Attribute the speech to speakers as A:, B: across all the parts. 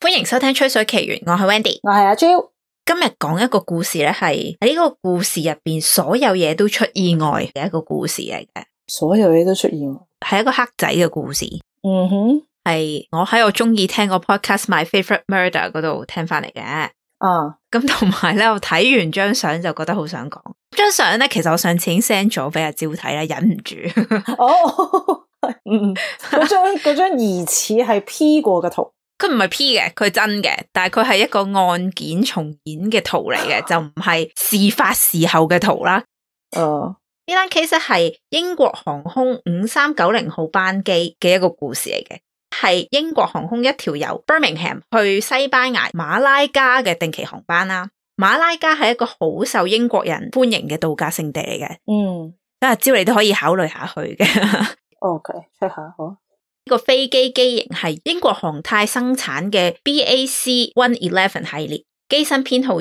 A: 欢迎收听《吹水奇緣》，我系 Wendy。
B: 我系阿 Jo，
A: 今日讲一个故事咧，系喺呢个故事入边，所有嘢都出意外嘅一个故事嚟嘅，
B: 所有嘢都出现。
A: 系一个黑仔嘅故事，
B: 嗯哼，
A: 系我喺我中意听个 podcast My Favorite Murder 嗰度听翻嚟嘅。
B: 啊，
A: 咁同埋咧，我睇完张相就觉得好想讲张相咧。其实我上次已經 send 咗俾阿招睇啦，忍唔住。
B: 哦， 嗯，嗰张嗰张疑似系 P 过嘅图，
A: 佢唔系 P 嘅，佢真嘅，但系佢系一个案件重演嘅图嚟嘅，就唔系事发事后嘅图啦。
B: 诶，
A: 呢单 case 系英國航空五三九零號班機嘅一個故事嚟嘅，係英國航空一條由 Birmingham 去西班牙馬拉加嘅定期航班啦。馬拉加係一個好受英國人歡迎嘅度假勝地嚟嘅，
B: 嗯哦
A: 咁阿啊招你都可以考慮下去嘅。
B: ，OK，check 下好，啊
A: 呢個飛機機型係英國航太生產嘅 BAC One Eleven 系列，機身編號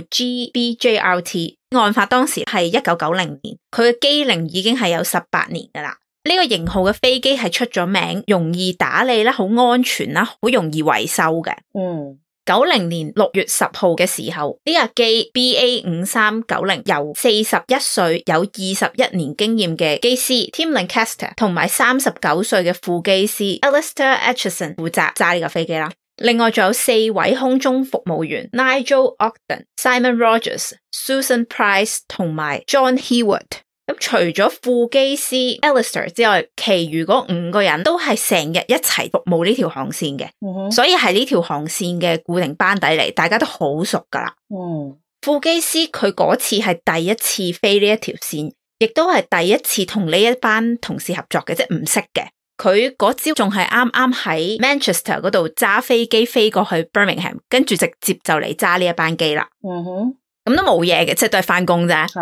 A: GBJRT。案發當時係一九九零年，佢嘅機齡已經係有十八年噶啦。呢、個型號嘅飛機係出咗名，容易打理啦，好安全啦，好容易維修嘅。
B: 嗯
A: 九零年六月十號嘅時候，呢架機 BA 五三九零由四十一歲有二十一年經驗嘅機師 Tim Lancaster 同埋三十九歲嘅副機師 Alistair Atchison 負責揸呢架飛機啦。另外仲有四位空中服務員 Nigel Ogden、Simon Rogers、Susan Price 同埋 John Heward。咁除咗副機師 Alistair 之外，其餘嗰五個人都係成日一齊服務呢條航線嘅。
B: 嗯哼，
A: 所以係呢條航線嘅固定班底嚟，大家都好熟噶啦。
B: 嗯
A: 副機師佢嗰次係第一次飛呢一條線，亦都係第一次同呢一班同事合作嘅，即係唔識嘅。佢嗰朝仲係啱啱喺 Manchester 嗰度揸飛機飛過去 Birmingham，跟住直接就嚟揸呢一班機啦。
B: 嗯哼，
A: 咁都冇嘢嘅，即係都係翻工咋。
B: 系，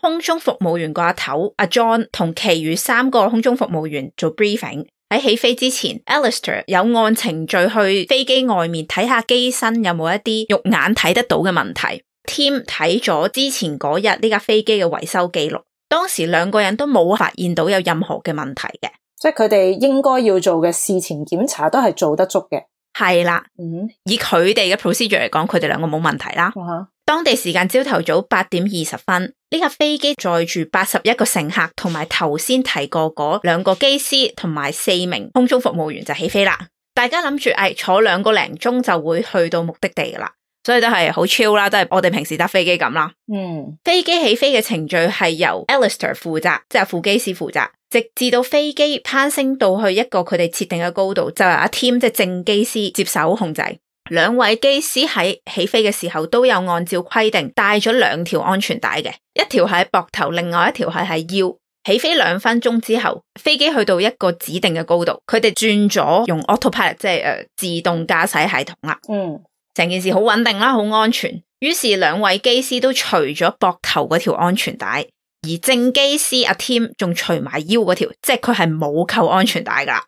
A: 空中服務員個阿頭阿 John 同其餘三個空中服務員做 briefing。喺起飛之前，Alistair 有按程序去飛機外面睇下機身有冇一啲肉眼睇得到嘅問題。Tim 睇咗之前嗰日呢架飛機嘅維修記錄，當時兩個人都冇發現到有任何嘅問題嘅。
B: 即系佢哋应该要做嘅事前检查都系做得足嘅，
A: 係啦，
B: 嗯
A: 以佢哋嘅 procedure 嚟講，佢哋兩個冇問題啦。
B: 哼，啊
A: 當地時間朝頭早八點二十分，呢架飛機載住八十一個乘客同埋頭先提過嗰兩個機師同埋四名空中服務員就起飛啦。大家諗住诶坐兩個零鐘就會去到目的地噶啦，所以都係好 chill 啦，都係我哋平時搭飛機咁啦。
B: 嗯
A: 飛機起飛嘅程序係由 Alistair 負責，即係副機師負責，直至到飛機攀升到去一個佢哋設定嘅高度，就由阿 Tim 即係正機師接手控制。兩位機師喺起飛嘅時候都有按照規定帶咗兩條安全帶嘅，一條喺膊頭，另外一條係喺腰。起飛兩分鐘之後，飛機去到一個指定嘅高度，佢哋轉咗用 autopilot，即係呃自動駕駛系統啦。
B: 嗯
A: 成件事好穩定啦，好安全。於是兩位機師都除咗膊頭嗰條安全帶，而正機師阿 Tim 仲除埋腰嗰條，即係佢係冇扣安全帶噶啦。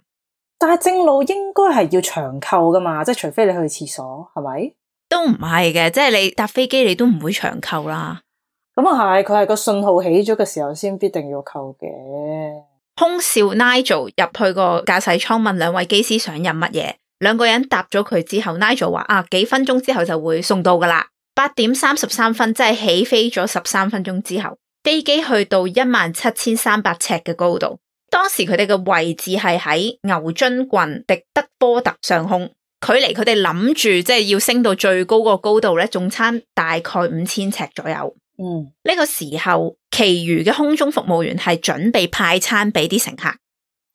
B: 但系正路應該係要長扣噶嘛，即系除非你去廁所，係咪？
A: 都唔係嘅，即係你搭飛機你都唔會長扣啦。
B: 咁啊係，佢係個信號起咗嘅時候先必定要扣嘅。
A: 空少 Nigel 入去個駕駛艙問兩位機師想飲乜嘢，兩個人答咗佢之後，Nigel 話啊幾分鐘之後就會送到噶啦。八點三十三分，即係起飛咗十三分鐘之後，飛機去到一萬七千三百尺嘅高度。當時佢哋嘅位置係喺牛津郡迪德波特上空，距離佢哋諗住即係要升到最高個高度咧，仲差大概五千尺左右。
B: 嗯，
A: 呢個時候，其餘嘅空中服務員係準備派餐俾啲乘客，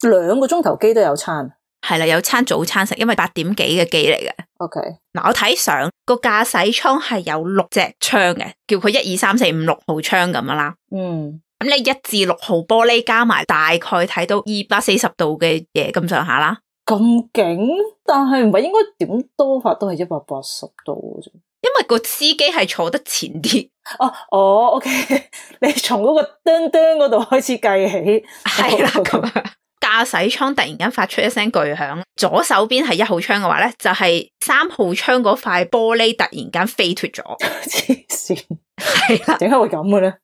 B: 兩個鐘頭機都有餐。
A: 係啦，有餐早餐食，因為八點幾嘅機嚟嘅。
B: OK，
A: 嗱，我睇相個駕駛艙係有六隻窗嘅，叫佢一二三四五六號窗咁樣啦。
B: 嗯
A: 咁你一至六號玻璃加埋，大概睇到二百四十度嘅嘢咁上下啦。
B: 咁勁，但係唔係應該點多法都係一百八十度嘅啫。
A: 因為個司機係坐得前啲，
B: 哦哦，OK，你 從嗰個噔噔嗰度開始計起。
A: 係啦咁樣。駕駛艙突然間發出一聲巨響，左手邊係一號窗嘅話咧，就係三號窗嗰塊玻璃突然間飛脱咗。
B: 黐線，
A: 系啦，
B: 點解會咁嘅咧？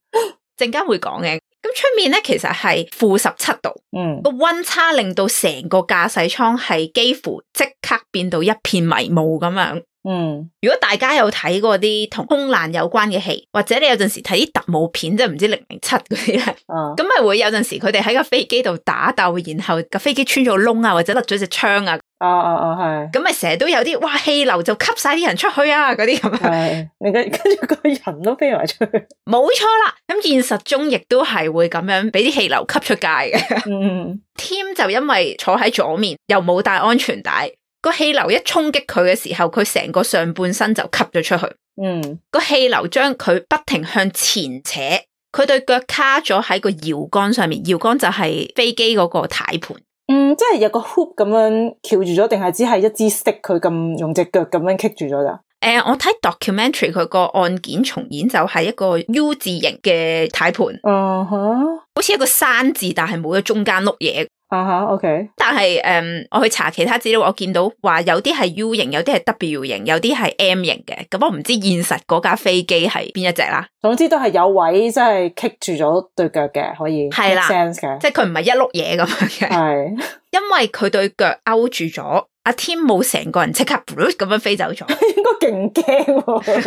A: 陣間會講嘅。咁出面咧，其實係負十七度，
B: 嗯，
A: 個温差令到成個駕駛艙係幾乎即刻變到一片迷霧咁樣。
B: 嗯，
A: 如果大家有睇過啲同空難有關嘅戲，或者你有陣時睇啲特務片，即係唔知零零七嗰啲咧，
B: 啊，
A: 咁咪會有陣時佢哋喺個飛機度打鬥，然後個飛機穿咗個窿啊，或者甩咗隻槍啊，
B: 啊啊啊，係
A: 咁咪成日都有啲哇氣流就吸晒啲人出去啊嗰啲咁 樣。
B: 係，你跟跟住個人都飛埋出去，
A: 冇錯啦，咁現實中亦都係會咁樣俾啲氣流吸出街嘅。
B: 嗯，
A: Tim 就因為坐喺左面，又冇戴安全帶，個氣流一衝擊佢嘅時候，佢成個上半身就吸咗出去。
B: 嗯，
A: 個氣流將佢不停向前扯，佢對腳卡咗喺個搖杆上面，搖杆就係飛機嗰個軚盤。
B: 嗯，即係有個 hook 咁樣翹住咗，定係只係一支 stick 佢咁用隻腳咁樣棘住咗咋？
A: 诶、呃我睇 documentary 佢個案件重演就係一個 U 字形嘅軚盤，
B: 啊哈，
A: 好似一個山字，但係冇咗中間碌嘢。
B: 啊哈，OK，
A: 但係诶、嗯我去查其他資料，我見到話有啲係 U 型，有啲係 W 型，有啲係 M 型嘅。咁我唔知現實嗰架飛機係邊一隻啦，
B: 總之都係有位即係棘住咗對腳嘅，可以
A: 係啦
B: make sense 嘅，
A: 即係佢唔係一碌嘢咁樣嘅。
B: 係。
A: 因為佢對腳勾住咗，阿 Tim 冇成個人即刻咁樣飛走咗。
B: 應該勁驚 喎，嗰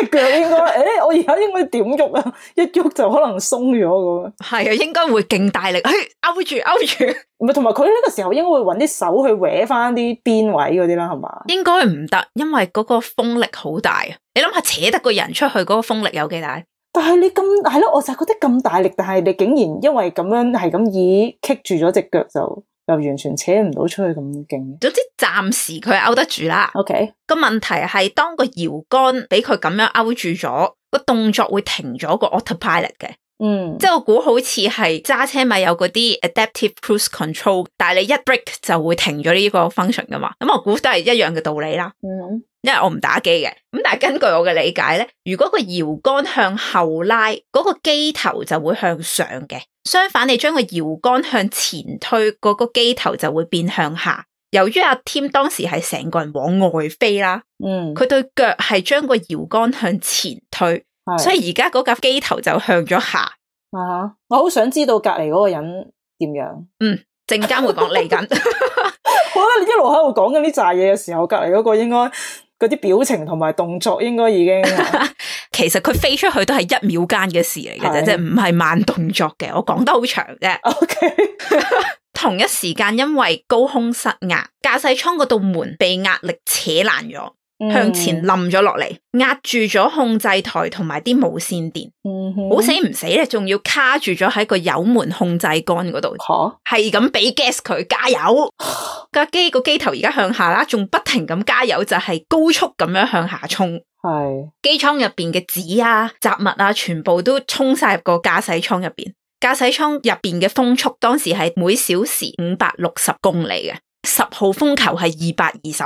B: 只腳應該，誒、我而家應該點喐啊？ 一喐就可能鬆咗咁樣。
A: 係啊，應該會勁大力，嘿勾住勾住，
B: 唔係，同埋佢呢個時候應該會揾啲手去搲翻啲邊位嗰啲啦，係嘛？
A: 應該唔得，因為嗰個風力好大啊！你諗下扯得個人出去嗰個風力有幾大？
B: 但係你咁係咯，我就係覺得咁大力，但係你竟然因為咁樣係咁以棘住咗只腳就又完全扯唔到出去咁勁。
A: 總之暫時佢係勾得住啦。
B: O K，
A: 個問題係當個搖杆俾佢咁樣勾住咗，個動作會停咗個 autopilot 嘅。
B: 嗯，
A: 即係我估好似係揸車咪有嗰啲呃 adaptive cruise control，但係你一 break 就會停咗呢個 function 噶嘛。咁我估都係一樣嘅道理啦。
B: 嗯
A: 因為我唔打機嘅，咁但係根據我嘅理解咧，如果個搖杆向後拉，嗰、個機頭就會向上嘅；相反，你將個搖杆向前推，嗰、個機頭就會變向下。由於阿 Tim 當時係成個人往外飛啦，
B: 嗯，
A: 佢對腳係將個搖杆向前推，
B: 係
A: 所以而家嗰架機頭就向咗下。
B: 啊哈，我好想知道隔離嗰個人點樣。
A: 陣間會講嚟緊。
B: 我覺得你一路喺度講緊呢扎嘢嘅時候，隔離嗰個應該嗰啲表情同埋動作應該已經啊
A: 其實佢飛出去都係一秒間嘅事嚟嘅啫，
B: 係
A: 即係唔係慢動作嘅。我講得好長啫。
B: OK
A: 同一時間，因為高空失壓，駕駛艙嗰道門被壓力扯爛咗，
B: 嗯
A: 向前。冧咗落嚟，壓住咗控制台同埋啲無線電。
B: 嗯哼
A: 好死唔死咧，仲要卡住咗喺個油門控制杆嗰度，
B: 吓，
A: 係咁俾 gas 佢加油。架機個機頭而家向下啦，仲不停咁加油，就係高速咁樣向下衝。
B: 係
A: 機艙入邊嘅紙啊、雜物啊，全部都衝晒入個駕駛艙入邊。駕駛艙入邊嘅風速當時係每小時五百六十公里嘅，十號風球係二百二十。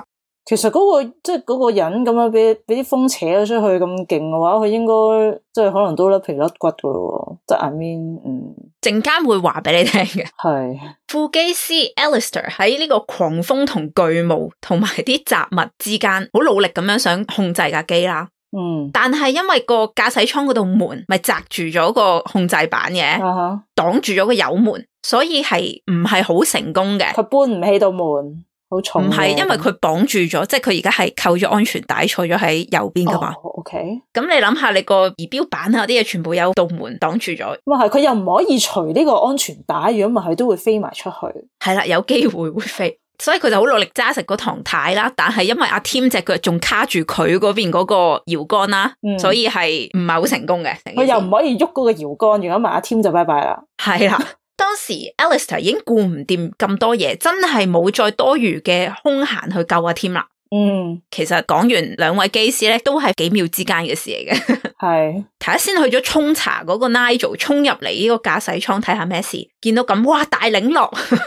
B: 其實嗰、個即係嗰個人咁樣俾俾啲風扯咗出去咁勁嘅話，佢應該即係可能都甩皮甩骨噶咯喎。即係 I mean，嗯，
A: 陣間會話俾你聽嘅。
B: 係
A: 副機師 Alistair 喺呢個狂風同巨霧同埋啲雜物之間，好努力咁樣想控制架機啦。
B: 嗯
A: 但係因為個駕駛艙嗰度門咪擲住咗個控制板嘅，
B: 啊
A: 擋住咗個油門，所以係唔係好成功嘅
B: 吓，。佢搬唔起道門，好重嘅。
A: 唔係，因為佢綁住咗，即係佢而家係扣咗安全帶，坐咗喺右邊噶嘛。
B: 哦，OK，
A: 咁、你諗下，你個儀表板啊啲嘢全部有道門擋住咗，
B: 咁啊係佢又唔可以除呢個安全帶，如果唔係佢都會飛埋出去。
A: 係啦，有機會會飛，所以佢就好努力揸實嗰堂太啦。但係因為阿 Tim 只腳仲卡住佢嗰邊嗰個搖杆啦，
B: 嗯
A: 所以係唔係好成功嘅。成件
B: 佢
A: 事
B: 又唔可以喐嗰個搖杆，如果唔係阿 Tim 就拜拜啦。
A: 係啦。當時 Alistair 已經顧唔掂咁多嘢，真係冇再多餘嘅空閒去救阿 Tim 啦。
B: 嗯，
A: 其實講完兩位機師咧，都係幾秒之間嘅事嚟嘅。
B: 係，
A: 睇下先去咗沖茶嗰個 Nigel 衝入嚟呢個駕駛艙睇下咩事，見到咁，哇大領落，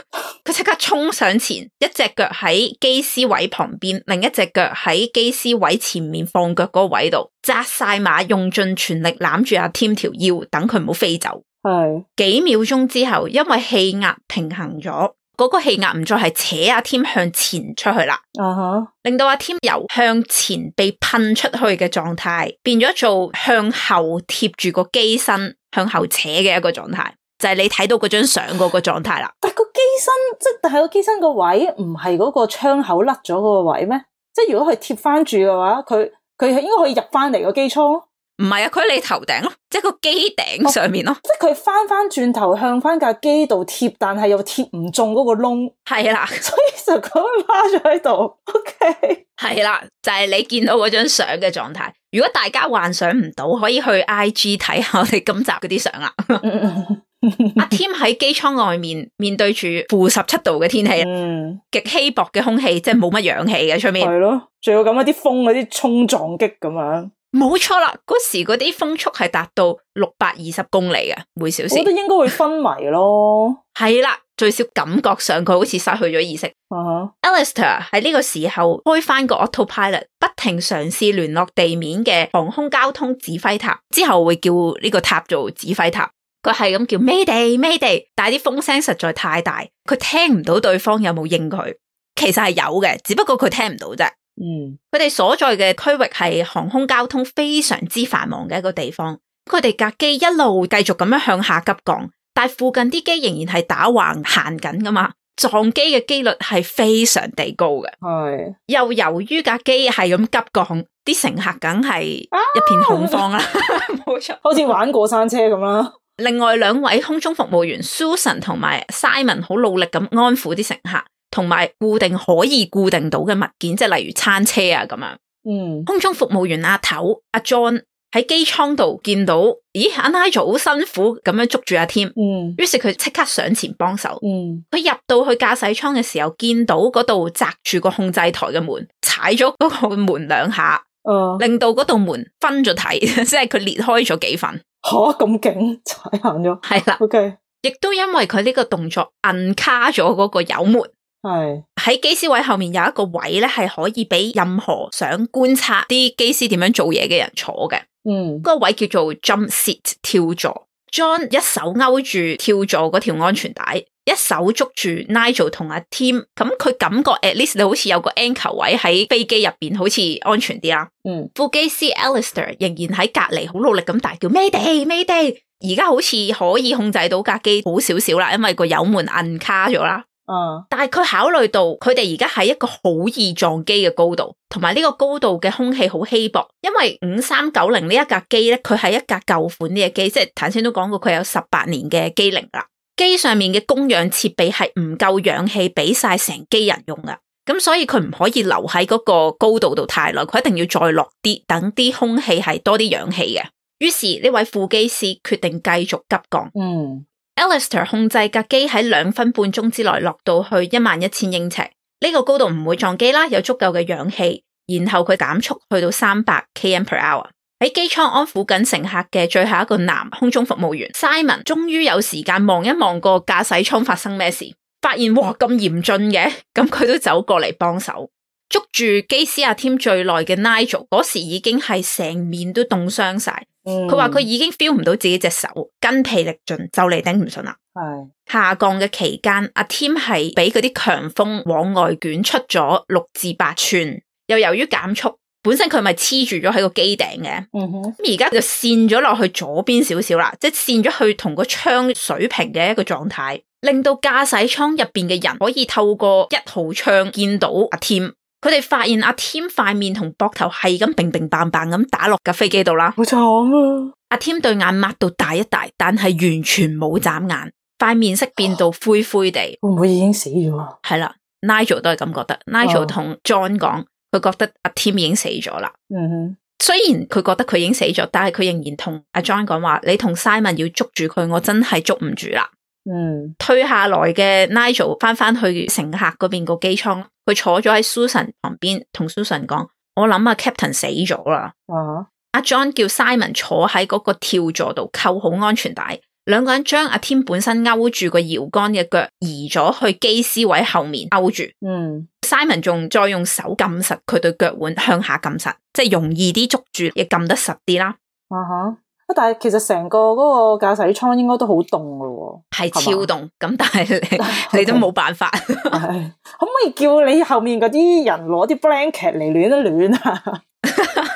A: 佢即刻衝上前，一隻腳喺機師位旁邊，另一隻腳喺機師位前面放腳嗰個位度，扎晒馬，用盡全力攬住阿 Tim 條腰，等佢唔好飛走。
B: 係，
A: 幾秒鐘之後，因為氣壓平衡咗，嗰個氣壓唔再係扯阿添向前出去啦，
B: 啊哈，
A: 令到阿添由向前被噴出去嘅狀態，變咗做向後貼住個機身向後扯嘅一個狀態，就係、你睇到嗰張相嗰個狀態啦。
B: 但個機身即係但係個機身個位唔係嗰個窗口甩咗嗰個位咩？即係如果佢貼翻住嘅話，佢佢應該可以入翻嚟個機艙咯，
A: 唔係啊，佢喺你頭頂咯，即係個機頂上面咯，
B: 即係佢翻翻轉頭向翻架機度貼，但係又貼唔中嗰個窿，
A: 係啦。
B: 所以就咁樣趴咗喺度。OK，
A: 系啦，就系、你见到嗰张相嘅状态。如果大家幻想唔到，可以去 I G 睇下我哋今集嗰啲相啦。
B: 嗯
A: 阿 Tim 喺机舱外面面对住负十七度嘅天氣，
B: 嗯，
A: 極稀薄嘅空氣，即係冇乜氧氣嘅出面。
B: 係咯，仲有咁一啲風嗰啲衝撞擊咁樣，
A: 冇錯啦，嗰時嗰啲風速係達到六百二十公里嘅每小
B: 我
A: 時
B: 覺。得應該會昏迷咯。
A: 係啦，最少感覺上佢好似失去咗意識。
B: 啊哈，
A: Alistair 喺呢個時候開翻個 autopilot，不停嘗試聯絡地面嘅航空交通指揮塔，之後會叫呢個塔做指揮塔。佢係咁叫 Mayday Mayday，但係啲風聲實在太大，佢聽唔到對方有冇應佢。其實係有嘅，只不過佢聽唔到啫。
B: 嗯。
A: 佢哋所在嘅區域係航空交通非常之繁忙嘅一個地方。佢哋架機一路繼續咁樣向下急降，但系附近啲機仍然係打橫行緊噶嘛，撞機嘅機率係非常地高嘅。
B: 系
A: 又由於架機係咁急降，啲乘客梗係一片恐慌啦， 冇錯。
B: 好似玩過山車咁啦，
A: 另外兩位空中服務員 Susan 同埋 Simon 好努力咁安撫啲乘客，同埋固定可以固定到嘅物件，即係例如餐車啊咁樣。
B: 嗯，
A: 空中服務員阿頭阿 John 喺機艙度見到，咦阿 Nigel 好辛苦咁樣捉住阿 Tim，
B: 嗯，
A: 於是佢即刻上前幫手。
B: 嗯，
A: 佢入到去駕駛艙嘅時候，見到嗰度擲住個控制台嘅門，踩咗嗰個門兩下，
B: 啊，
A: 令到嗰道門分咗體， 即係佢裂開咗幾份。
B: 吓咁勁， 踩行咗
A: 係啦，
B: ，OK，
A: 亦都因為佢呢個動作摁卡咗嗰個油門。
B: 係，
A: 喺機師位後面有一個位咧，係可以俾任何想觀察啲機師點樣做嘢嘅人坐嘅。
B: 嗯，
A: 嗰個位叫做 jump seat 跳座。John 一手勾住跳座嗰條安全帶，一手捉住 Nigel 同阿 Tim，咁佢感覺 at least 你好似有個 anchor 位喺飛機入邊，好似安全啲啦。
B: 嗯，
A: 副機師 Alistair 仍然喺隔離好努力咁大叫 Mayday Mayday，而家好似可以控制到架機好少少啦，因為個油門摁卡咗啦。
B: 啊，
A: 但係佢考慮到佢哋而家喺一個好易撞機嘅高度，同埋呢個高度嘅空氣好稀薄，因為五三九零呢一架機咧，佢係一架舊款啲嘅機，即係頭先都講過，佢有十八年嘅機齡啦。機上面嘅供氧設備係唔夠氧氣俾晒成機人用噶，咁所以佢唔可以留喺嗰個高度度太耐，佢一定要再落啲，等啲空氣係多啲氧氣嘅。於是呢位副機師決定繼續急降。
B: 嗯，
A: Alistair 控制架機喺兩分半鐘之內落到去一萬一千英尺，呢、個高度唔會撞機啦，有足夠嘅氧氣，然後佢減速去到三百 km per hour。喺機艙安撫緊乘客嘅最後一個男空中服務員 Simon，終於有時間望一望個駕駛艙發生咩事，發現哇咁嚴峻嘅， 咁佢都走過嚟幫手。捉住機師阿 Tim 最耐嘅 Nigel，嗰時已經係成面都凍傷晒，
B: 嗯，
A: 佢話佢已經 feel 唔到自己隻手，筋疲力盡，就嚟頂唔順啦。
B: 係，
A: 下降嘅期間，阿 Tim 係俾嗰啲強風往外捲出咗六至八寸，又由於減速，本身佢咪黐住咗喺個機頂嘅，
B: 嗯哼，
A: 咁而家就跣咗落去左邊少少啦，即係跣咗去同個窗水平嘅一個狀態，令到駕駛艙入邊嘅人可以透過一號窗見到阿 Tim。佢哋發現阿 Tim 塊面同膊頭係咁乒乒乓乓咁打落架飛機度啦。
B: 好慘啊，
A: 阿添對眼擘到大一大，但係完全冇眨眼，塊面色變到灰灰地。
B: 會唔會已經死咗啊？
A: 係啦，Nigel 都係咁覺得。Nigel 同 John 講，佢覺得阿添已經死咗啦。
B: 嗯
A: 雖然佢覺得佢已經死咗，但係佢仍然同阿 John 講話：你同 Simon 要捉住佢，我真係捉唔住啦。
B: 哼，嗯，
A: 推下來嘅 Nigel 翻翻去乘客嗰邊個機艙，佢坐咗喺 Susan 旁邊，同 Susan 講：我諗阿 Captain 死咗啦。
B: 啊，
A: 阿 John 叫 Simon 坐喺嗰個跳座度扣好安全帶，兩個人將阿 Tim 本身勾住個搖杆嘅腳移咗去機師位後面勾住
B: 嗯，
A: ，Simon 仲再用手撳實佢對腳腕向下撳實，即係容易啲捉住，亦撳得實啲啦。
B: 啊啊哈，但係其實成個嗰個駕駛艙應該都好凍噶喎，喎。
A: 系
B: 係嘛
A: 超冻，咁但系 你你都冇办法。
B: 唉可唔可以叫你後面嗰啲人攞啲 blanket 嚟暖一暖 啊？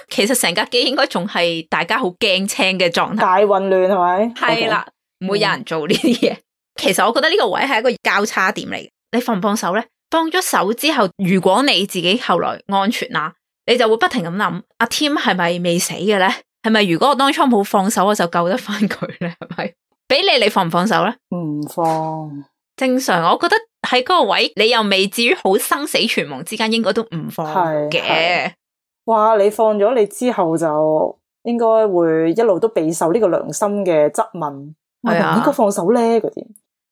A: 其实成架机应该仲系大家好惊青嘅状态，
B: 大混亂係咪？
A: 系啦，
B: 嗯
A: 唔会有人做呢啲嘢。 其实我觉得呢个位系一个交叉点嚟嘅。你放唔放手咧？放咗手之后，如果你自己后来安全啦，你就会不停咁谂：阿 Tim 系咪未死嘅咧？系咪如果我当初冇放手，我就救得翻佢咧？ 系咪？俾你，你放唔放手咧？
B: ，OK，唔放
A: 正常，我覺得喺嗰個位，你又未至於好生死存亡之間，應該都唔放
B: 係
A: 嘅
B: 係。哇！你放咗你之後就應該會一路都備受呢個良心嘅質問，
A: 係啊
B: 我唔應該放手咧嗰啲。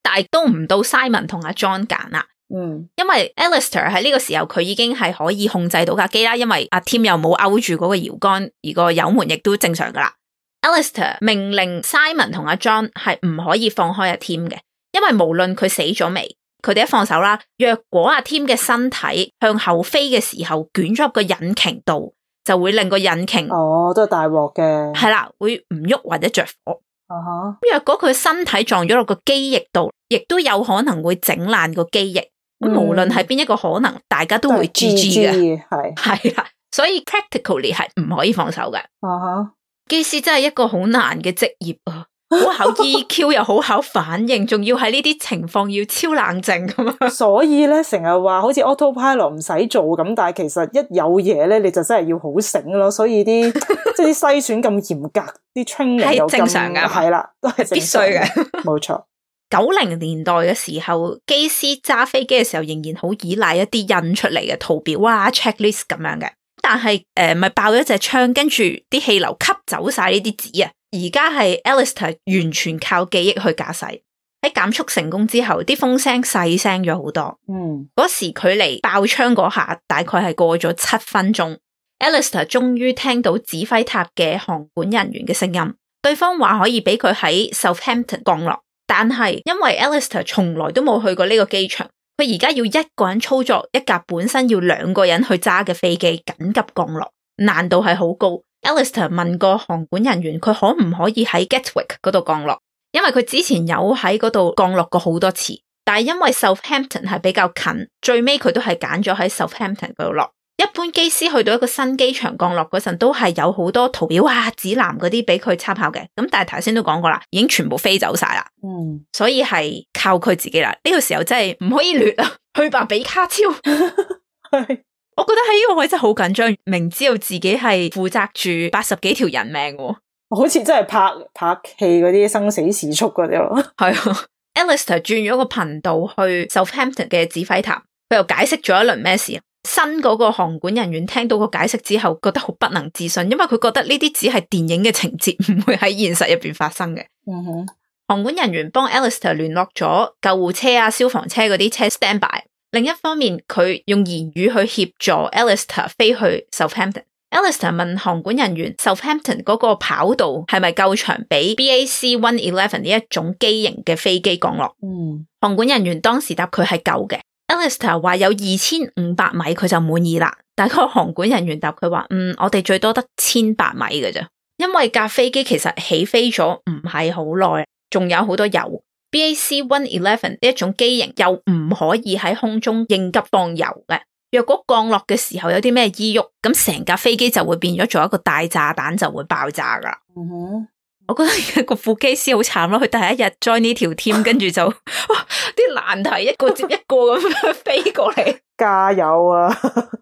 A: 但係都唔到 Simon 同阿 John 揀啊啦，
B: 嗯，
A: 因為 Alistair 喺呢個時候佢已經係可以控制到架機啦，因為阿 Tim 又冇勾住嗰個搖杆，而個油門亦都正常噶啦。Alistair 命令 Simon 同阿 John 係唔可以放開阿 Tim 嘅，因為無論佢死咗未，佢哋一放手啦，若果阿 Tim 嘅身體向後飛嘅時候捲咗入個引擎度，就會令個引擎
B: 哦，都係大鑊嘅。
A: 系啦，會唔喐或者着火。
B: 啊哈，
A: 咁若果佢身體撞咗落個機翼度，亦都有可能會整爛個機翼。咁
B: 嗯
A: 無論係邊一個可能，大家都
B: 都
A: 會
B: 係
A: G G 嘅，
B: 係
A: 係啦。所以 practically 係唔可以放手嘅。
B: 啊哈，
A: 機師真係一個好難嘅職業啊！好考 EQ 又好考反應，仲要喺呢啲情況要超冷靜咁啊！
B: 所以咧成日話好似 autopilot 唔使做咁，但係其實一有嘢咧，你就真係要好醒咯。所以 啲即係啲篩選咁嚴格，啲 training
A: 係
B: 又咁
A: 正常㗎
B: 係啦，都係
A: 必須嘅
B: 正常嘅， 冇錯。
A: 九零年代嘅時候，機師揸飛機嘅時候仍然好依賴一啲印出嚟嘅圖表啊、checklist 咁樣嘅。但係誒咪爆咗隻槍，跟住啲氣流吸走晒呢啲紙啊！而家係 Alistair 完全靠記憶去駕駛。喺減速成功之後，啲風聲細聲咗好多。
B: 嗯，
A: 嗰時距離爆槍嗰下大概係過咗七分鐘。Alistair 終於聽到指揮塔嘅航管人員嘅聲音，對方話可以俾佢喺 Southampton 降落，但係因為 Alistair 從來都冇去過呢個機場，佢而家要一個人操作一架本身要兩個人去揸嘅飛機緊急降落，難度係好高。Alistair 問過航管人員，佢可唔可以喺 Gatwick 嗰度降落，因為佢之前有喺嗰度降落過好多次。但係因為 Southampton 係比較近，最尾佢都係揀咗喺 Southampton 嗰度落。一般機師去到一個新機場降落嗰陣，都係有好多圖表啊、指南嗰啲俾佢參考嘅。咁但係頭先都講過啦，已經全部飛走晒啦，
B: 嗯，
A: 所以係靠佢自己啦。呢、個時候真係唔可以亂啊， 去吧比卡超！
B: 係
A: 我覺得喺呢個位真係好緊張，明知道自己係負責住八十幾條人命喎。
B: 好似真係拍拍戲嗰啲生死時速嗰啲咯。
A: 系啊，Alistair 轉咗個頻道去 Southampton 嘅指揮塔，佢又解釋咗一輪咩事。啊新嗰個航管人員聽到個解釋之後，覺得好不能置信，因為佢覺得呢啲只係電影嘅情節，唔會喺現實入边發生嘅。
B: 嗯哼，
A: 航管人員幫 Alistair 聯絡咗救護車啊、消防車嗰啲車 stand by。另一方面，佢用言語去協助 Alistair 飛去 Southampton。Alistair 問航管人員 Southampton 嗰個跑道係咪夠長俾 BAC One Eleven 呢一種機型嘅飛機降落？
B: 嗯，
A: 航管人員當時答佢係夠嘅。Alistair 話有二千五百米佢就滿意啦，但係個航管人員答佢話：嗯，我哋最多得千百米嘅啫，因為架飛機其實起飛咗唔係好耐，仲有好多油。BAC One Eleven 呢一種機型又唔可以喺空中應急放油嘅。若果降落嘅時候有啲咩依喐，咁成架飛機就會變咗做一個大炸彈，就會爆炸噶啦。
B: 嗯哼，
A: 我覺得個副機師好慘咯，佢第一日 join 呢條 team，跟住就哇啲難題一個接一個咁樣 飛過嚟。
B: 加油啊！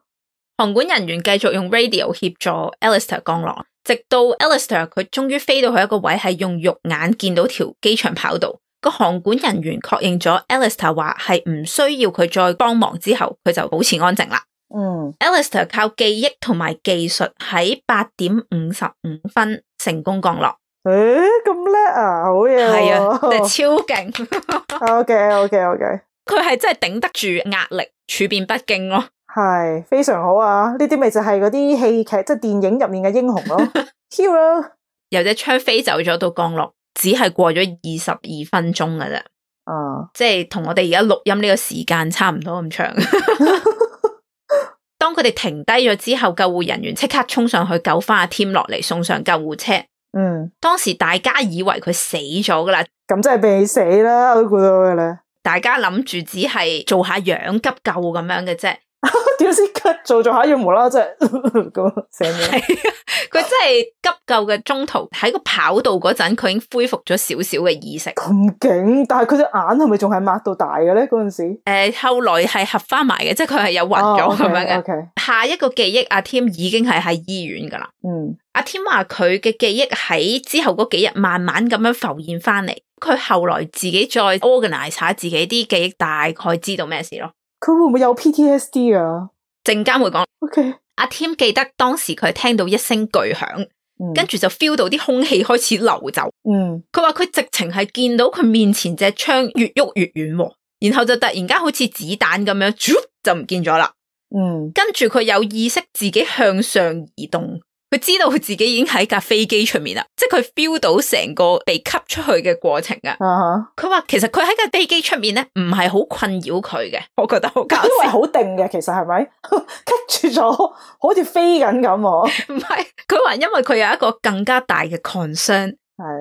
A: 航管人員繼續用 radio 協助 Alistair 降落，直到 Alistair 佢終於飛到去一個位係用肉眼見到條機場跑道。個航管人員確認咗 Alistair 話係唔需要佢再幫忙之後，佢就保持安靜啦。
B: 嗯，
A: Alistair 靠記憶同埋技術喺八點五十五分成功降落，
B: 诶、咁叻啊，好嘢喎！
A: 係 啊，真係超勁！
B: O K O K O K，
A: 佢係真係頂得住壓力，處變不驚咯。
B: 係非常好啊！呢啲咪就係嗰啲戲劇，即係電影入面嘅英雄 咯，hero
A: 由隻槍飛走咗到降落，只係過咗二十二分鐘噶啫，
B: 啊，
A: 即係同我哋而家錄音呢個時間差唔多咁長。 當佢哋停低咗之後，救護人員即刻衝上去救翻阿 Tim 落嚟，送上救護車。
B: 嗯，
A: 當時大家以為佢死咗噶啦，
B: 咁真係被死啦，我都估到嘅 啦。
A: 大家諗住只係做下樣急救咁樣嘅啫。
B: 點先做做下要無啦啦即係 咁醒咗？
A: 佢真係急救嘅中途喺個跑道嗰陣，佢已經恢復咗少少嘅意識。
B: 咁勁！但係佢隻眼係咪仲係擘到大嘅咧？嗰陣時哦
A: 诶、呃後來係合翻埋嘅，即係佢係有暈咗咁樣嘅。
B: O K，
A: 下一個記憶，阿 Tim 已經係喺醫院噶啦。
B: 嗯
A: 阿 Tim 話佢嘅記憶喺之後嗰幾日慢慢咁樣浮現翻嚟。佢後來自己再 organize 下自己啲記憶，大概知道咩事咯。
B: 佢會唔會有 P T S D 啊
A: 陣間會講。
B: ？O K，
A: 阿 Tim 記得當時佢聽到一聲巨響，跟住就 feel 到啲空氣開始流走。
B: 嗯
A: 佢話佢直情係見到佢面前隻窗越喐越遠喎，然後就突然間好似子彈咁樣，啾就唔見咗啦。
B: 嗯
A: 跟住佢有意識自己向上移動，佢知道佢自己已經喺架飛機出面啦，即係佢 feel 到成個被吸出去嘅過程啊！
B: 啊哈，
A: 佢話其實佢喺架飛機出面咧，唔係好困擾佢嘅，我覺得好搞
B: 因為
A: 笑。
B: 好定嘅，其實係咪 棘住咗，好似飛緊 咁喎。
A: 唔係佢話因為佢有一個更加大嘅 concern，
B: 係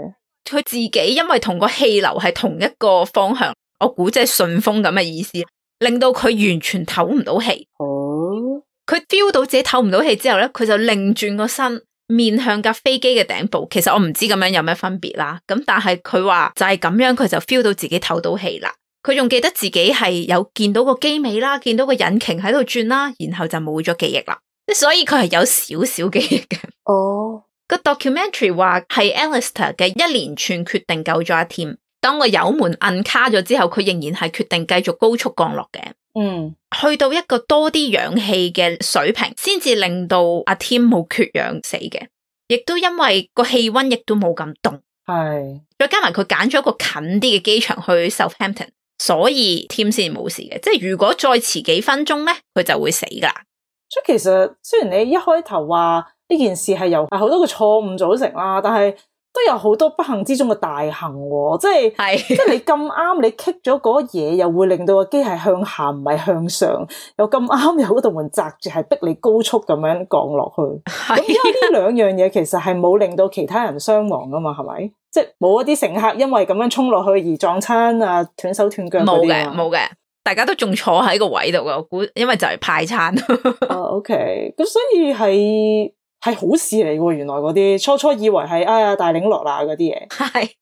A: 佢自己因為同個氣流係同一個方向，我估即係順風咁嘅意思，令到佢完全唞唔到氣。
B: 哦，
A: 佢 feel 到自己唞唔到氣之後咧，佢就擰轉個身，面向架飛機嘅頂部。其實我唔知咁樣有咩分別啦。咁但係佢話就係咁樣，佢就 feel 到自己唞到氣啦。佢仲記得自己係有見到個機尾啦，見到個引擎喺度轉啦，然後就冇咗記憶啦。即係所以佢係有少少記憶嘅。
B: 哦，
A: 個 documentary 話係 Alistair 嘅一連串決定救咗阿 Tim。當個油門摁卡咗之後，佢仍然係決定繼續高速降落嘅。
B: 嗯
A: 去到一個多啲氧氣嘅水平，先至令到阿 Tim 冇缺氧死嘅，亦都因為個氣温亦都冇咁凍，
B: 係，
A: 再加埋佢揀咗一個近啲嘅機場去 Southampton，所以 Tim 先冇事嘅。即係如果再遲幾分鐘咧，佢就會死噶啦。
B: 即係其實雖然你一開頭話呢件事係由好多個錯誤組成啦，但係都有好多不幸之中嘅大幸喎，即係。即
A: 係
B: 係你咁啱，你棘咗嗰嘢，又會令到個機係向下，唔係向上。又咁啱有嗰道門擲住，係逼你高速咁樣降落去。咁因
A: 係
B: 為呢兩樣嘢其實係冇令到其他人傷亡噶嘛，係咪？即係冇一啲乘客因為咁樣衝落去而撞親啊，斷手斷腳嗰
A: 冇
B: 啲
A: 嘅
B: 啊
A: 冇嘅，大家都仲坐喺個位度嘅，我估因為就係派 餐。
B: 啊，OK，咁所以係係好事嚟喎。原來嗰啲初初以為係哎呀大領落啦嗰啲嘢，
A: 系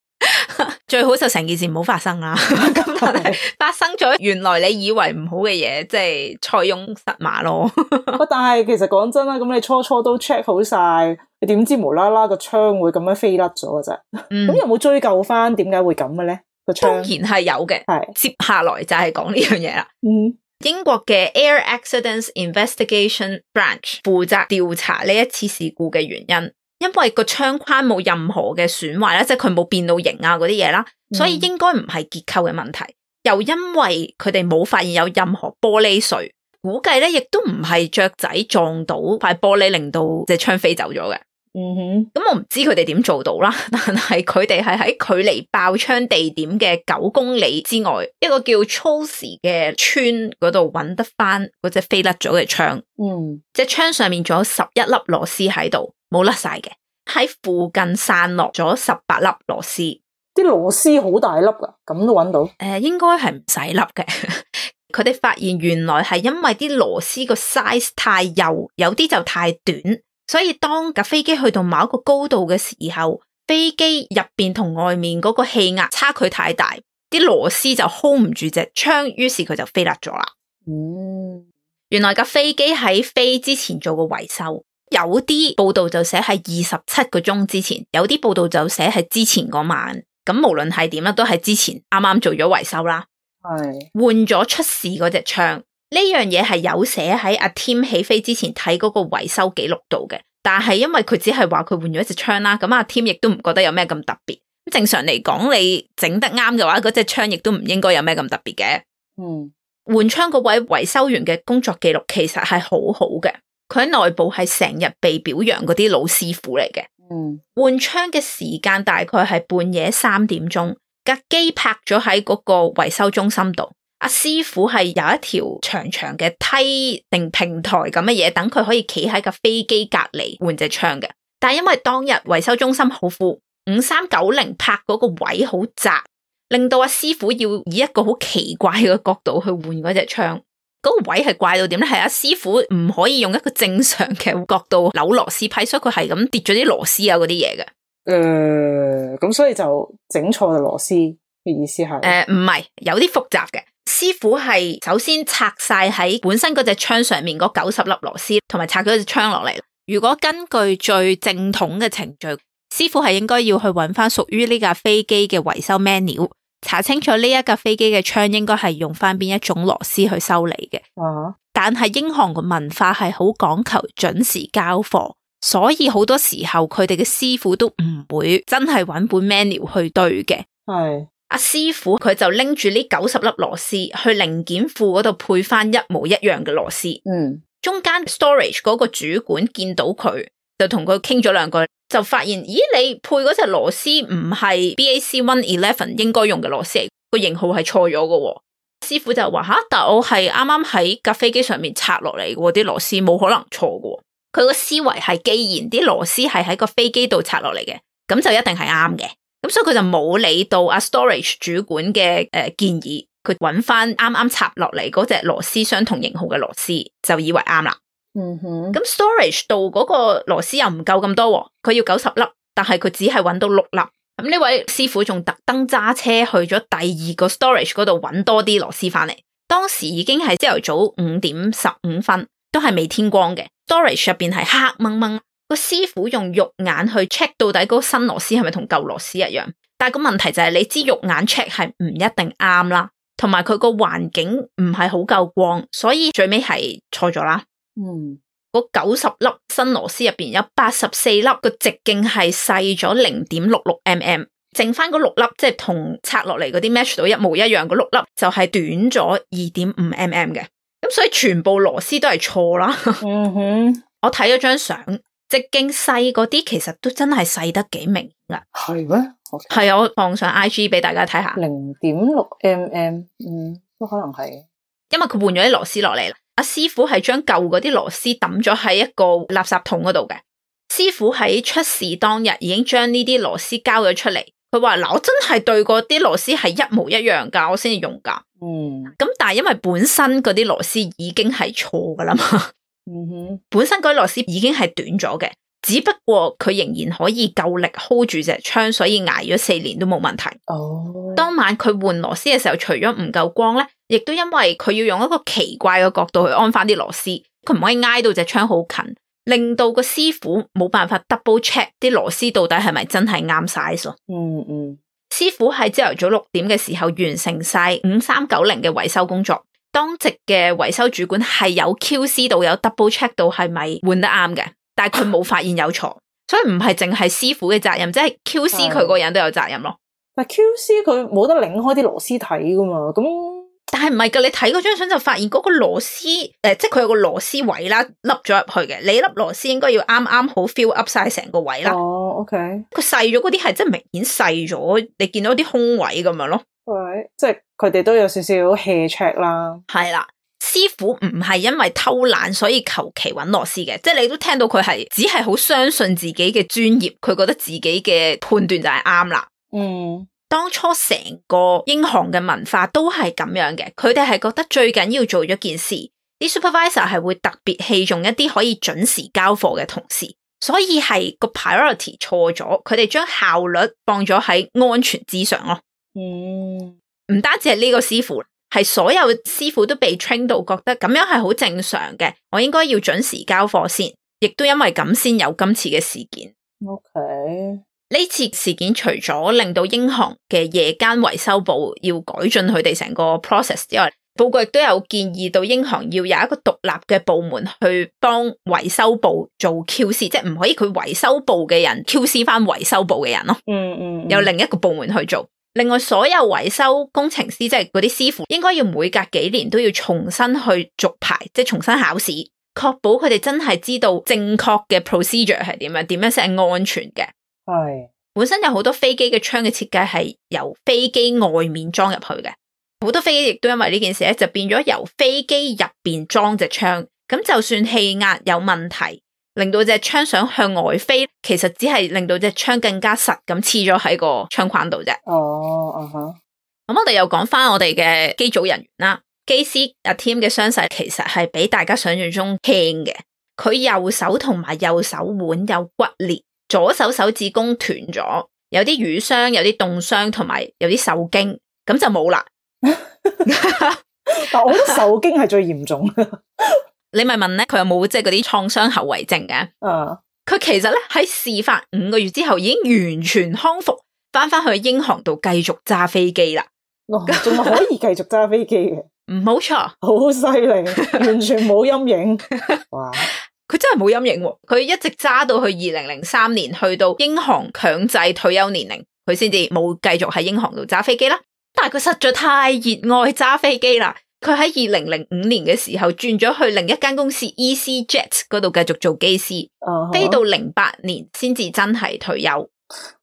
A: 最好就成件事唔好發生 啦。咁但係
B: 啊
A: 發生咗，原來你以為唔好嘅嘢，即係塞翁失馬咯。
B: 喂 但係其實講真啦，咁你初初都 check 好晒，你點知無啦啦個窗會咁樣飛甩咗嘅啫？
A: 嗯
B: 咁，有冇追究翻點解會咁嘅咧？個
A: 當
B: 窗
A: 然係有嘅。
B: 係
A: 接下來就係講呢樣嘢啦。
B: 嗯
A: 英國嘅 Air Accidents Investigation Branch 負責調查呢一次事故嘅原因，因為個窗框冇任何嘅損壞啦，即係佢冇變到形啊嗰啲嘢啦，所以
B: 嗯
A: 應該唔係結構嘅問題。又因為佢哋冇發現有任何玻璃碎，估計咧亦都唔係雀仔撞到塊玻璃令到隻窗飛走咗嘅。
B: 嗯哼
A: 咁我唔知佢哋點做到啦， 但係佢哋係喺距離爆槍地點嘅九公里之外，一個叫 Cholsey 嘅村嗰度揾得翻嗰隻飛甩咗嘅槍，
B: 嗯
A: 隻槍上面仲有十一粒螺絲喺度，冇甩晒嘅，喺附近散落咗十八粒螺絲，
B: 啲螺絲好大粒噶，咁都揾到
A: 誒、呃應該係唔使粒嘅。 佢哋發現原來係因為啲螺絲個 size 太幼，有啲就太短，所以當架飛機去到某一個高度嘅時候，飛機入邊同外面嗰個氣壓差距太大，啲螺絲就 hold 唔住隻窗，於是佢就飛甩咗啦。
B: 嗯
A: 原來架飛機喺飛之前做過維修，有啲報道就寫係二十七個鐘之前，有啲報道就寫係之前嗰晚。咁無論係點啦，都係之前啱啱做咗維修啦。
B: 係
A: 換咗出事嗰隻槍。呢樣嘢係有寫喺阿 Tim 起飛之前睇嗰個維修記錄度嘅，但係因為佢只係話佢換咗一隻槍啦，咁阿 Tim 亦都唔覺得有咩咁特別。咁正常嚟講，你整得啱嘅話，嗰隻槍亦都唔應該有咩咁特別嘅。
B: 嗯
A: 換槍嗰位維修員嘅工作記錄其實係好好嘅，佢喺內部係成日被表揚嗰啲老師傅嚟嘅。
B: 嗯
A: 換槍嘅時間大概係半夜三點鐘，架機泊咗喺嗰個維修中心度。阿師傅係有一條長長嘅梯定平台咁嘅嘢，等佢可以企喺架飛機隔離換隻槍嘅。但係因為當日維修中心好闊，五三九零拍嗰個位好窄，令到阿師傅要以一個好奇怪嘅角度去換嗰隻槍。嗰、個位係怪到點咧？係阿師傅唔可以用一個正常嘅角度扭螺絲批，所以佢係咁跌咗啲螺絲啊嗰啲嘢嘅。
B: 诶、呃咁所以就整錯嘅螺絲嘅意思係，
A: 诶、唔係，有啲複雜嘅。師傅係首先拆晒喺本身嗰隻槍上面嗰九十粒螺絲，同埋拆咗隻槍落嚟。如果根據最正統嘅程序，師傅係應該要去揾翻屬於呢架飛機嘅維修 manual，查清楚呢一架飛機嘅槍應該係用翻邊一種螺絲去修理嘅。
B: 啊，
A: 但係英航嘅文化係好講求準時交貨，所以好多時候佢哋嘅師傅都唔會真係揾本 manual 去對嘅。
B: 係
A: 阿師傅佢就拎住呢九十粒螺絲去零件庫嗰度配翻一模一樣嘅螺絲。
B: 嗯，
A: 中間 storage 嗰個主管見到佢，就同佢傾咗兩句，就發現咦你配嗰隻螺絲唔係 BAC One Eleven 應該用嘅螺絲嚟，個型號係錯咗嘅喎。師傅就話吓，但我係啱啱喺架飛機上面拆落嚟嘅喎，啲螺絲冇可能錯嘅喎。佢個思維係，既然啲螺絲係喺個飛機度拆落嚟嘅，咁就一定係啱嘅。咁所以佢就冇理到阿 storage 主管嘅诶、呃建議，佢揾翻啱啱插落嚟嗰隻螺絲相同型號嘅螺絲，就以為啱啦。
B: 嗯哼，
A: 咁 storage 度嗰個螺絲又唔夠咁多喎，佢要九十粒，但係佢只係揾到六粒。咁呢位師傅仲特登揸車去咗第二個 storage 嗰度揾多啲螺絲翻嚟。當時已經係朝頭早五點十五分，都係未天光嘅。storage 入邊係黑掹掹，個師傅用肉眼去 check 到底嗰個新螺絲係咪同舊螺絲一樣。但係個問題就係你知肉眼 check 係唔一定啱啦，同埋佢個環境唔係好夠光，所以最尾係錯咗啦。Mm-hmm.
B: 嗯，
A: 嗰九十粒新螺絲入边有八十四粒個直徑係細咗零點六六 mm，剩翻嗰六粒即係同拆落嚟嗰啲 match 到一模一樣，嗰六粒就係短咗二點五 mm 嘅。咁所以全部螺絲都係錯啦。
B: 嗯哼，
A: 我睇咗張相，直徑細嗰啲其實都真係細得幾明噶。
B: 係咩？
A: 係啊，我放上 IG 俾大家睇下。
B: 零點六 mm，嗯，都可能係，
A: 因為佢換咗啲螺絲落嚟啦。阿師傅係將舊嗰啲螺絲抌咗喺一個垃圾桶嗰度嘅。師傅喺出事當日已經將呢啲螺絲交咗出嚟。佢話：嗱，我真係對嗰啲螺絲係一模一樣㗎，我先至用㗎。
B: 嗯，
A: 咁但係因為本身嗰啲螺絲已經係錯㗎啦嘛，
B: 嗯哼，
A: 本身嗰啲螺絲已經係短咗嘅，只不過佢仍然可以夠力 hold 住隻槍，所以捱咗四年都冇問題。
B: 哦，
A: 當晚佢換螺絲嘅時候，除咗唔夠光咧，亦都因為佢要用一個奇怪嘅角度去安翻啲螺絲，佢唔可以挨到隻窗好近，令到個師傅冇辦法 double check 啲螺絲到底係咪真係啱 size 咯。
B: 嗯嗯，
A: 師傅喺朝頭早六點嘅時候完成晒五三九零嘅維修工作，當值嘅維修主管係有 QC 到有 double check 到係咪換得啱嘅，但係佢冇發現有錯，所以唔係淨係師傅嘅責任，即係 QC 佢個人都有責任咯。
B: 但 QC 佢冇得擰開啲螺絲睇噶嘛，咁
A: 但系唔係噶，你睇嗰張相就發現嗰個螺絲，诶、即係佢有個螺絲位啦，凹咗入去嘅。你粒螺絲應該要啱啱好 fill up 晒成個位啦。
B: 哦，OK。
A: 佢細咗嗰啲係真係明顯細咗，你見到啲空位咁樣咯。
B: 喂，即係佢哋都有少少 hea check 啦。
A: 係啦，師傅唔係因為偷懶所以求其揾螺絲嘅，即係你都聽到佢係只係好相信自己嘅專業，佢覺得自己嘅判斷就係啱啦。
B: 嗯，
A: 當初成個英航嘅文化都係咁樣嘅，佢哋係覺得最緊要做咗件事，啲 supervisor 係會特別器重一啲可以準時交貨嘅同事，所以係個 priority 錯咗，佢哋將效率放咗喺安全之上咯。
B: 嗯，
A: 唔單止係呢個師傅，係所有師傅都被 train 到覺得咁樣係好正常嘅，我應該要準時交貨先，亦都因為咁先有今次嘅事件。
B: OK，
A: 呢次事件除咗令到英航嘅夜間維修部要改進佢哋成個 process 之外，報告亦都有建議到英航要有一個獨立嘅部門去幫維修部做 QC，即係唔可以佢維修部嘅人 QC 翻維修部嘅人咯，
B: 嗯嗯，
A: 有另一個部門去做。另外，所有維修工程師即係嗰啲師傅，應該要每隔幾年都要重新去續牌，即係重新考試，確保佢哋真係知道正確嘅 procedure 係點樣，點樣先係安全嘅。
B: 係，
A: 本身有好多飛機嘅窗嘅設計係由飛機外面裝入去嘅，好多飛機亦都因為呢件事咧，就變咗由飛機入邊裝隻窗。咁就算氣壓有問題，令到隻槍想向外飛，其實只係令到隻槍更加實咁黐咗喺個槍框度啫。
B: 哦，啊哈，
A: 咁我哋又講翻我哋嘅機組人員啦，機師阿 Tim 嘅傷勢其實係比大家想象中輕嘅，佢右手同埋右手腕有骨裂，左手手指公斷咗，有啲瘀傷，有啲凍傷，同埋有啲受驚，咁就冇啦。
B: 但我覺得受驚係最嚴重 嘅。
A: 你咪問咧，佢有冇即係嗰啲創傷後遺症嘅？
B: 啊，
A: 佢其實咧喺事發五個月之後已經完全康復，翻翻去英航度繼續揸飛機啦。
B: 哦仲係可以繼續揸飛機嘅，
A: 唔好錯，
B: 好犀利，完全冇陰影。哇，
A: 佢真係冇陰影喎。佢一直揸到去二零零三年，去到英航強制退休年齡，佢先至冇繼續喺英航度揸飛機啦。但係佢實在太熱愛揸飛機啦。佢喺二零零五年嘅時候轉咗去另一間公司 EasyJet 嗰度繼續做機師，
B: 啊哈
A: 飛到零八年先至真係退休。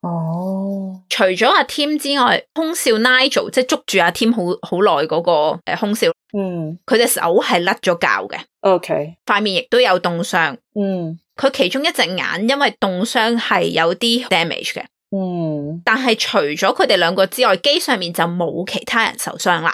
B: 哦，
A: 除咗阿 Tim 之外，空少 Nigel 即係捉住阿 Tim 好好耐嗰個誒空少，
B: 嗯
A: 佢隻手係甩咗臼嘅，
B: ，OK，
A: 塊面亦都有凍傷。
B: 嗯
A: 佢其中一隻眼因為凍傷係有啲 damage 嘅，
B: 嗯，
A: 但係除咗佢哋兩個之外，機上面就冇其他人受傷啦。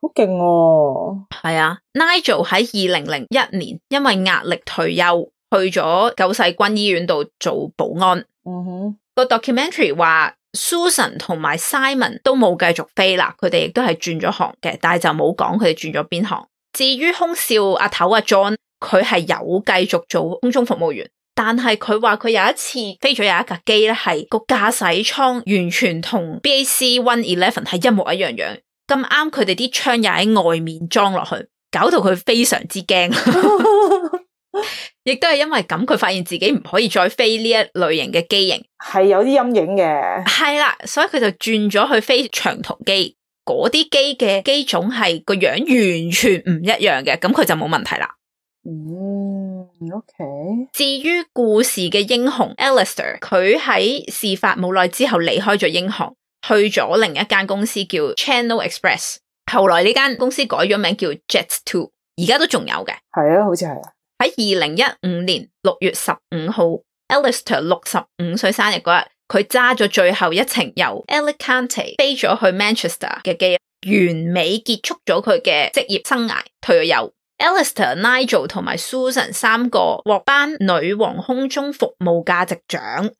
B: 好勁哦，
A: 係啊，Nigel 喺二零零一年因為壓力退休，去咗救世軍醫院度做保安。
B: 嗯哼，
A: 個 documentary 話 Susan 同埋 Simon 都冇繼續飛啦，佢哋亦都係轉咗行嘅，但係就冇講佢哋轉咗邊行。至於空少阿頭阿 John，佢係有繼續做空中服務員，但係佢話佢有一次飛咗有一架機咧，係個駕駛艙完全同 BAC One Eleven 係一模一樣樣，咁啱佢哋啲槍又喺外面裝落去，搞到佢非常之驚。 亦都係因為咁，佢發現自己唔可以再飛呢一類型嘅機型。
B: 係有啲陰影嘅，
A: 係啦，所以佢就轉咗去飛長途機，嗰啲機嘅機種係個樣完全唔一樣嘅，咁佢就冇問題啦。
B: 嗯，OK，
A: 至於故事嘅英雄 Alistair，佢喺事發冇耐之後離開咗英航，去咗另一間公司叫 Channel Express，後來呢間公司改咗名叫 Jet Two，而家都仲有嘅。
B: 係啊，好似係啊，
A: 喺二零一五年六月十五號，Alistair 六十五歲生日嗰日，佢揸咗最後一程由 Alicante 飛咗去 Manchester 嘅機，完美結束咗佢嘅職業生涯，退咗休。Alistair、Nigel 同埋 Susan 三個獲頒女王空中服務價值獎，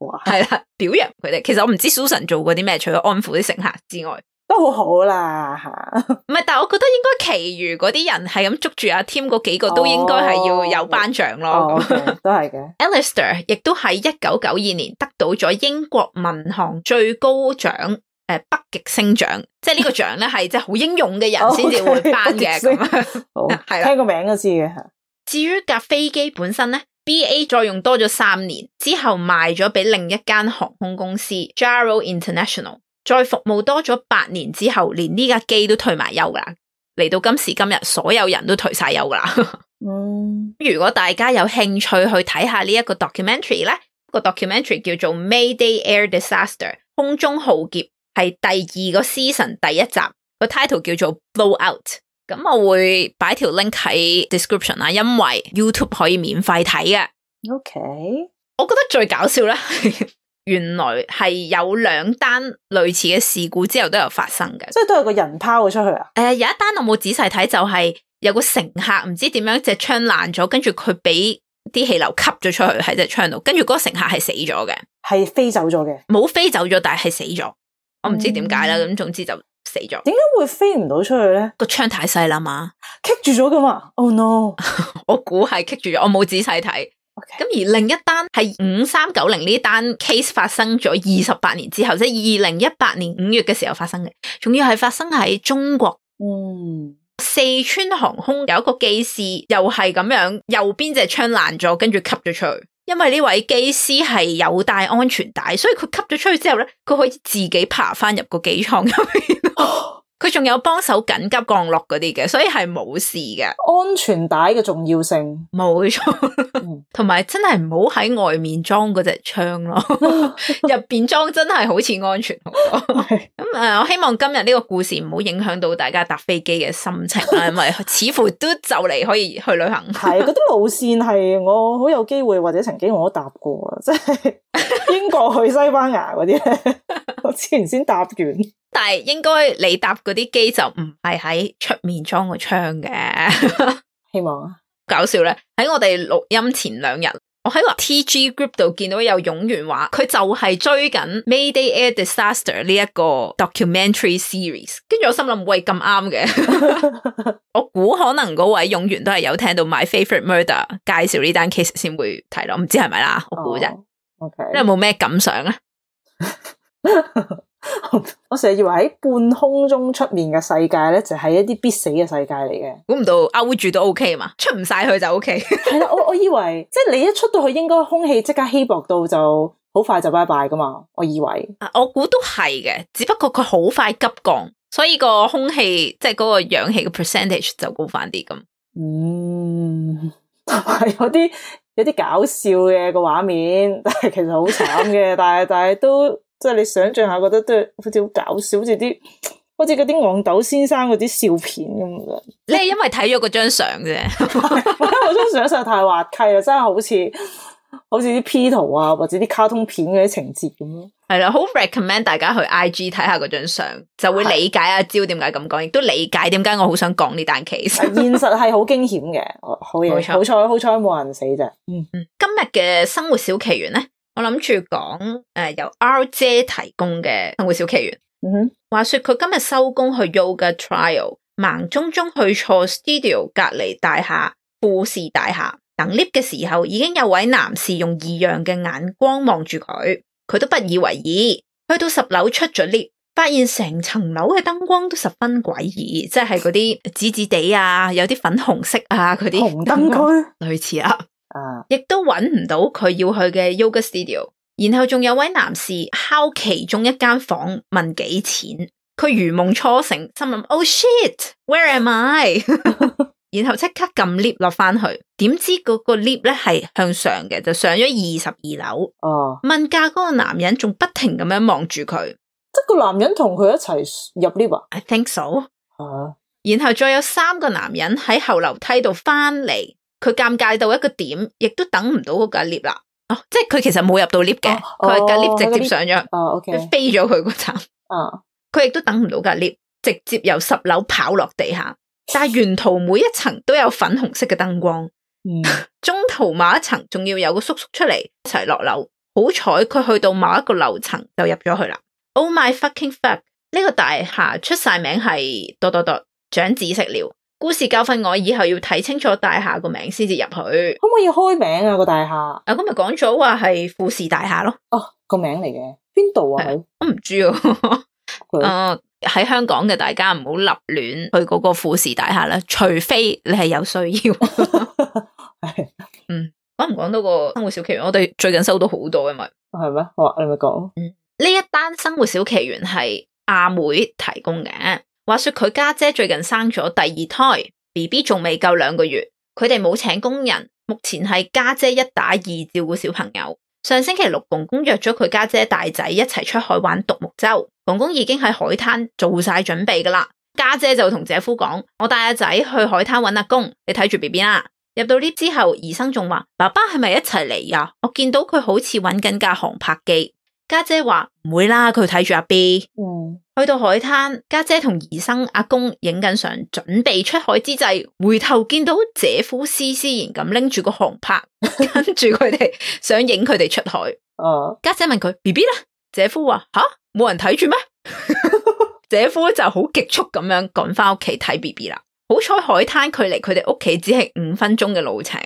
B: 哇，
A: 係啦， 表揚佢哋。其實我唔知 Susan 做過啲咩，除咗安撫啲乘客之外，
B: 都好好啦吓，
A: 唔係，但係我覺得應該其餘嗰啲人係咁捉住阿 Tim 嗰幾個都應該係要有頒獎咯。
B: 哦，OK，都係嘅，
A: Alistair 亦都喺一九九二年得到咗英國民航最高獎誒、呃北極星獎，即係呢個獎咧係即係好英勇嘅 人先至會頒嘅
B: 哦
A: 咁
B: ，OK，
A: 樣。
B: 好，
A: 係啦
B: 聽個名都知嘅吓，
A: 至於架飛機本身咧，BA 再用多咗三年之後賣咗俾另一間航空公司 Jaro International，再服務多咗八年之後，連呢架機都退埋休㗎啦。嚟到今時今日，所有人都退晒休㗎啦。
B: 嗯，
A: 如果大家有興趣去睇下呢一個 documentary 咧，個 documentary 叫做《Mayday Air Disaster》空中浩劫，係第二個 season 第一集，個 title 叫做《Blowout》。咁我會擺條 link 喺 description 啊啦，因為 YouTube 可以免費睇嘅。
B: OK，
A: 我覺得最搞笑咧， 原來係有兩單類似嘅事故之後都有發生嘅。
B: 即係都係個人拋咗出去啊，
A: 誒、呃有一單我冇仔細睇，就係、有個乘客唔知點樣隻窗爛咗，跟住佢俾啲氣流吸咗出去喺隻窗度，跟住嗰個乘客係死咗嘅，
B: 係飛走咗嘅，
A: 冇飛走咗，但係死咗。我唔知點解啦，咁、總之就死咗。
B: 點解會飛唔到出去咧？
A: 個窗太細啦嘛，
B: 棘住咗噶嘛？Oh no！
A: 我估係棘住咗，我冇仔細睇。咁
B: OK，
A: 而另一單係五三九零呢單 case 發生咗二十八年之後，即係二零一八年五月嘅時候發生嘅，仲要係發生喺中國
B: 嗯，
A: 四川航空有一個機師，又係咁樣，右邊隻窗爛咗，跟住吸咗出去。因為呢位機師係有帶安全帶，所以佢吸咗出去之後咧，佢可以自己爬翻入個機艙入面。佢仲有幫手緊急降落嗰啲嘅，所以係冇事嘅，
B: 安全帶嘅重要性，
A: 冇錯
B: 嗯。
A: 同埋真係唔好喺外面裝嗰隻槍咯，入邊裝真係好似安全好多。
B: 係
A: 咁誒、呃我希望今日呢個故事唔好影響到大家搭飛機嘅心情啦，因為似乎都就嚟可以去旅行。
B: 係嗰啲路線係我好有機會或者曾經我都搭過啊，即係英國去西班牙嗰啲 咧，我之前先搭完。
A: 但係應該你搭嗰啲機就唔係喺出面裝個窗嘅。
B: 希望啊，
A: 搞笑咧，喺我哋錄音前兩日，我喺個 TG group 度見到有湧員話，佢就係追緊 Mayday Air Disaster 呢一個 documentary series。跟住我心諗，喂咁啱嘅，我估可能嗰位湧員都係有聽到 My Favorite Murder 介紹呢單 case 先會睇咯，唔知係咪啦？我估啫，
B: 哦。O K，
A: 你有冇咩感想啊咧？
B: 我成日以為喺半空中出面嘅世界咧，就係一啲必死嘅世界嚟嘅。
A: 估唔到勾住都 OK 嘛，出唔晒去就 OK。
B: 係啦，我我以為即係你一出到去，應該空氣即刻稀薄到就好快就拜拜噶嘛。我以為
A: 啊我估都係嘅，只不過佢好快急降，所以個空氣即係嗰個氧氣嘅 percentage 就高翻啲咁。
B: 嗯，同埋有啲有啲搞笑嘅個畫面，但係其實好慘嘅，但係 但係都即係你想象下，覺得都係好似好搞笑，好似啲好似嗰啲憨豆先生嗰啲笑片咁嘅。
A: 你係因為睇咗嗰張相啫，
B: 我張相實在太滑稽啦，真係好似好似啲 P 圖啊，或者啲卡通片嗰啲情節咁咯。
A: 係啦，好 recommend 大家去 IG 睇下嗰張相，就會理解阿蕉點解咁講，亦都理解點解我好想講呢單 case。
B: 但現實係好驚險嘅， 我好嘢，
A: 冇錯
B: 好彩好彩冇人死啫。嗯，
A: 今日嘅生活小奇緣咧，我諗住講诶由 R 姐提供嘅生活小奇緣。
B: 嗯哼，
A: 話說佢今日收工去 yoga trial，盲中中去錯 studio 隔離大廈富士大廈等 lift 嘅時候，已經有位男士用異樣嘅眼光望住佢，佢都不以為意。去到十樓出咗 lift，發現成層樓嘅燈光都十分詭異，即係嗰啲紫紫地啊，有啲粉紅色啊，嗰啲
B: 紅 燈區
A: 類似啦。
B: 啊，
A: 亦都揾唔到佢要去嘅 yoga studio。然後仲有位男士敲其中一間房問幾錢，佢如夢初醒，心諗 Oh shit，where am I？然後即刻撳 lift 落翻去，點知嗰個 lift 咧係向上嘅，就上咗二十二樓。
B: 哦，
A: 問價嗰個男人仲不停咁樣望住佢
B: 即係個男人同佢一齊入 lift 啊
A: ，I think so。
B: 啊，
A: 然後再有三個男人喺後樓梯度翻嚟，佢尷尬到一個點，亦都等唔到嗰架 lift 啦。哦，即係佢其實冇入到 lift 嘅，
B: 哦
A: 佢係架 lift 直接上咗，
B: 啊，OK，
A: 佢飛咗佢嗰層，
B: 啊，
A: 佢亦都等唔到架 lift，直接由十樓跑落地下。但係沿途每一層都有粉紅色嘅燈光，
B: 嗯，
A: 中途某一層仲要有個叔叔出嚟一齊落樓。好彩佢去到某一個樓層就入咗去啦。Oh my fucking fuck！呢個大廈出晒名係多多多長知識了。故事教訓我以後要睇清楚大廈個名先至入去。
B: 可唔可以開名啊個大廈？
A: 啊，咁咪講咗話係富士大廈咯，
B: 哦，個名嚟嘅，邊度啊？
A: 係
B: 佢
A: 我唔知喎。
B: 佢
A: 誒喺香港嘅大家唔好立亂去嗰個富士大廈啦，除非你係有需要。
B: 係
A: 講唔講到個生活小奇緣？我哋最近收到好多，因為
B: 係咩？好啊，你咪講，
A: 呢一單生活小奇緣係阿妹提供嘅。話說佢家姐最近生咗第二胎，B B 仲未夠兩個月，佢哋冇請工人，目前係家姐一打二照顧小朋友。上星期六，公公約咗佢家姐大仔一齊出海玩獨木舟，公公已經喺海灘做晒準備噶啦。家姐就同姐夫講：我帶阿仔去海灘揾阿公，你睇住 B B 啦。入到 lift 之後，醫生仲話：爸爸係咪一齊嚟呀？我見到佢好似揾緊架航拍機。家姐話唔會啦，佢睇住阿 B。
B: 嗯，
A: 去到海灘，家姐同兒生阿公影緊相，準備出海之際，回頭見到姐夫斯斯然咁拎住個航拍，跟住佢哋想影佢哋出海。
B: 啊，
A: 家姐問佢 B B 咧，姐夫話吓冇人睇住咩？姐夫就好極速咁樣趕翻屋企睇 B B 啦。好彩海灘距離佢哋屋企只係五分鐘嘅路程。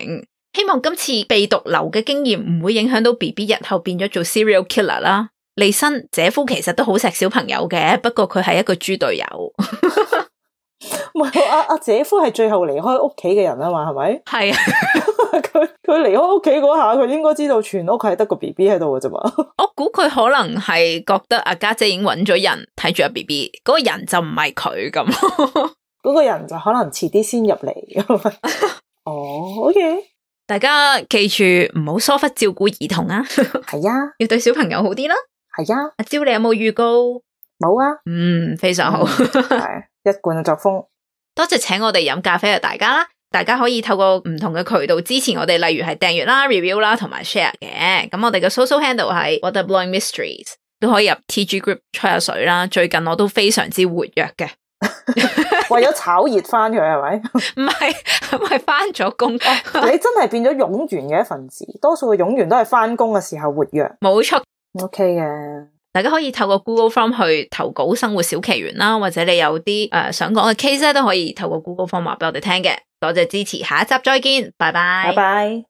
A: 希望今次被毒瘤嘅經驗唔會影響到 B B 日後變咗做 serial killer 啦。利申姐夫其實都好錫小朋友嘅，不過佢係一個豬隊友，
B: 唔係阿阿姐夫係最後離開屋企嘅人啊嘛，係咪？
A: 係啊，
B: 佢佢佢離開屋企嗰下，佢應該知道全屋係得個 B B 喺度嘅啫嘛。
A: 我估佢可能係覺得阿家姐已經揾咗人睇住阿 B B，嗰個人就唔係佢咁。
B: 嗰個人就可能遲啲先入嚟咁啊。哦，OK，
A: 大家記住唔好疏忽照顧兒童啊，
B: 係啊，
A: 要對小朋友好啲啦。
B: 係啊，
A: 阿蕉，你有冇預告？
B: 冇啊，
A: 嗯，非常好。
B: 係一貫嘅作風。
A: 多謝請我哋飲咖啡嘅大家啦，大家可以透過唔同嘅渠道支持我哋，例如係訂閱啦、review 啦同埋 share 嘅。咁我哋嘅 social handle 係 What the Blowing Mysteries，都可以入 TG group 吹下水啦。最近我都非常之活躍嘅，
B: 為咗炒熱翻佢係咪？
A: 唔係 唔係翻咗工，
B: 你真係變咗冗員嘅一份子，多數嘅冗員都係翻工嘅時候活躍。
A: 冇錯。
B: OK 嘅，
A: 大家可以透過 Google Form 去投稿生活小奇懸啦，或者你有啲誒、呃想講嘅 case 咧，都可以透過 Google Form 話俾我哋聽嘅。多謝支持，下一集再見，拜拜
B: 拜。拜。